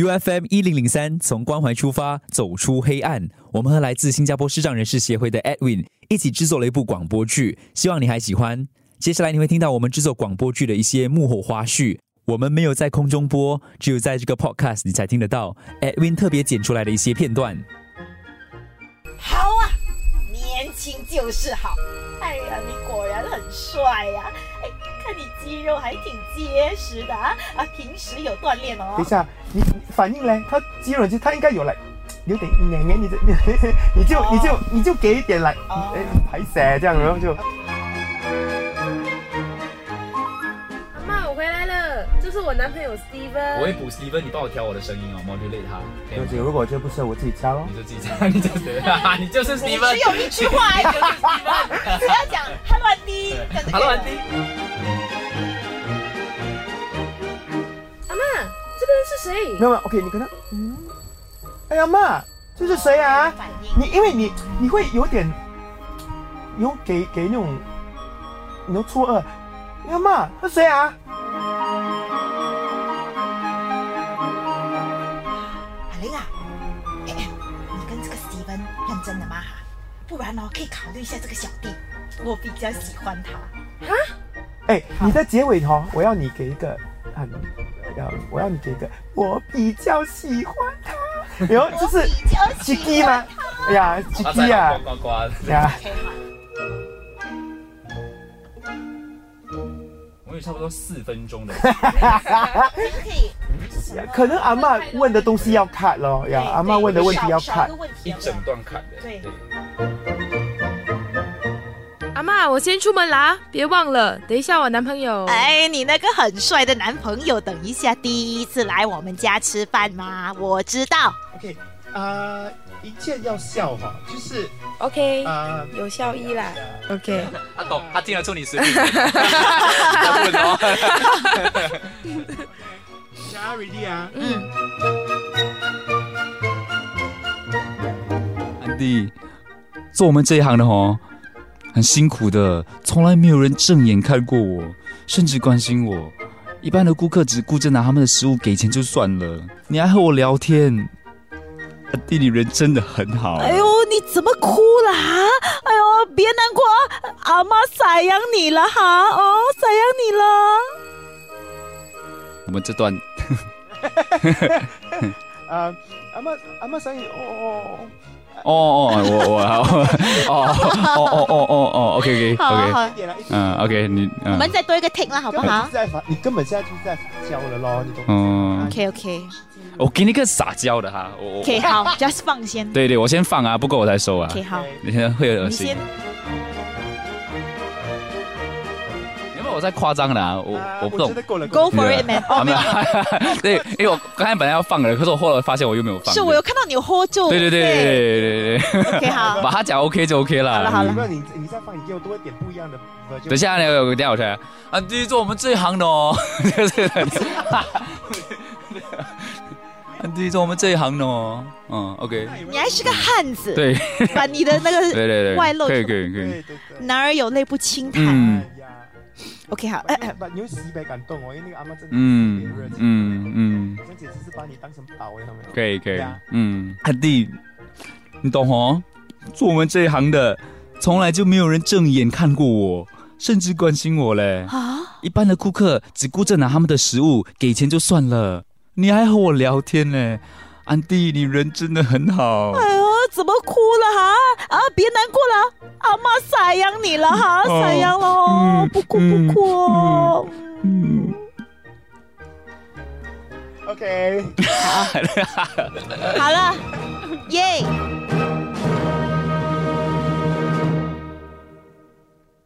UFM 一零零三，从关怀出发，走出黑暗。我们和来自新加坡视障人士协会的 Edwin 一起制作了一部广播剧，希望你还喜欢。接下来你会听到我们制作广播剧的一些幕后花絮，我们没有在空中播，只有在这个 podcast 你才听得到。Edwin 特别剪出来的一些片段。好啊，年轻就是好。哎呀，你果然很帅呀、哎，看你肌肉还挺结实的啊！啊，平时有锻炼哦等一。下，你反应嘞，他肌肉就他应该有来，有点黏黏你的，你 你就你就你就给一点来，哦嗯哎排泄这样，然后就阿妈，我回来了，这是我男朋友 Steven。我会补 Steven，你帮我调我的声音哦，我就累他。可以对吗不起，如果这不是我自己敲咯嗯你，就自己讲， 你就是，你就是你只 Steven。有一句话，哎 只要讲 “hello 安迪”，这样就可以了 Hello，安迪。阿妈，这个人是谁没？有没有，OK，你可能，嗯，哎呀妈，这是谁啊？反你应因为你你会有点有给给那种，你都错愕，哎呀妈，他谁啊？阿玲啊，哎你跟这个 Steven 认真的吗？哈，不然哦，可以考虑一下这个小弟，我比较喜欢他。哎，啊你的结尾哦，我要你给一个很，要我要你给一个，我比较喜欢 他，然后就我是比较鸡喜鸡吗 欢？哎呀，鸡他鸡啊在呱呱呱。呀， ？OK 好，我有差不多四分 钟的，这个可以。什么可能阿妈问的东西要看咯，呀，对阿妈对问的问题少要少一看个。问题一要不要整段砍的。对阿妈，我先出门啦，别忘了，等一下我男朋友。哎，你那个很帅的男朋友，等一下第一次来我们家吃饭吗？我知道， OK，啊，一切要笑哈，就是，OK，嗯啊，有效益啦。OK，他懂，他听得出你水平。他不懂。加 ready 啊，嗯，安迪，做我们这一行的哦，很辛苦的，从来没有人正眼看过我，甚至关心我。一般的顾客只顾着拿他们的食物给钱就算了，你还和我聊天，安迪，你人真的很好。哎呦，你怎么哭了哈？哎呦，别难过啊，阿妈赡养你了哈，哦，赡养你了。我们这段啊，阿妈阿妈所以哦哦哦，哦我我哦哦哦哦哦哦，OK OK 好啊好哦 OK，啊，点了，一嗯 OK 你我嗯们再多一个 take 啦，好不根本就好是在发，你根本现在就是在发娇了咯，你懂吗？嗯， ？OK OK 我给你个撒娇的哈，我我 OK，好，just 放先。对对，我先放啊，不够我再收啊， OK 好，你现在会有恶你心先。因为我在夸张的啊，我啊呃我不觉懂得。够了，够 go 了 for it man。哦啊没有， 对，因为我刚才本来要放的，可是我后来发现我又没有放。是我有看到你 hold 住。对对对对对对 对对， OK 好，把他讲 OK 就 OK 了。好了好了不然你你再放，你给我多一点不一样的 version。等一下，那个等一下我猜啊，第一做我们这一行的哦， 就是，第一做我们这一行的哦，嗯，OK，你还是个汉子，对把你的那 对个对对，外露可以可以可以，对对对，男儿有泪不轻弹。嗯 OK 好，哎呀，你用西北感动哦，因为那个阿妈真的嗯是特别热情，嗯嗯，小姐只是把你当成宝，有没有？可以可以对啊，嗯，阿弟，你懂哦，做我们这一行的，从来就没有人正眼看过我，甚至关心我嘞。啊，一般的顾客只顾着拿他们的食物，给钱就算了，你还和我聊天呢，安迪，你人真的很好。哎呦，怎么哭了哈？啊，别难过了，阿妈赡养你了哈，哦赡养了哦嗯，不哭不哭哦。嗯， OK。好了，耶，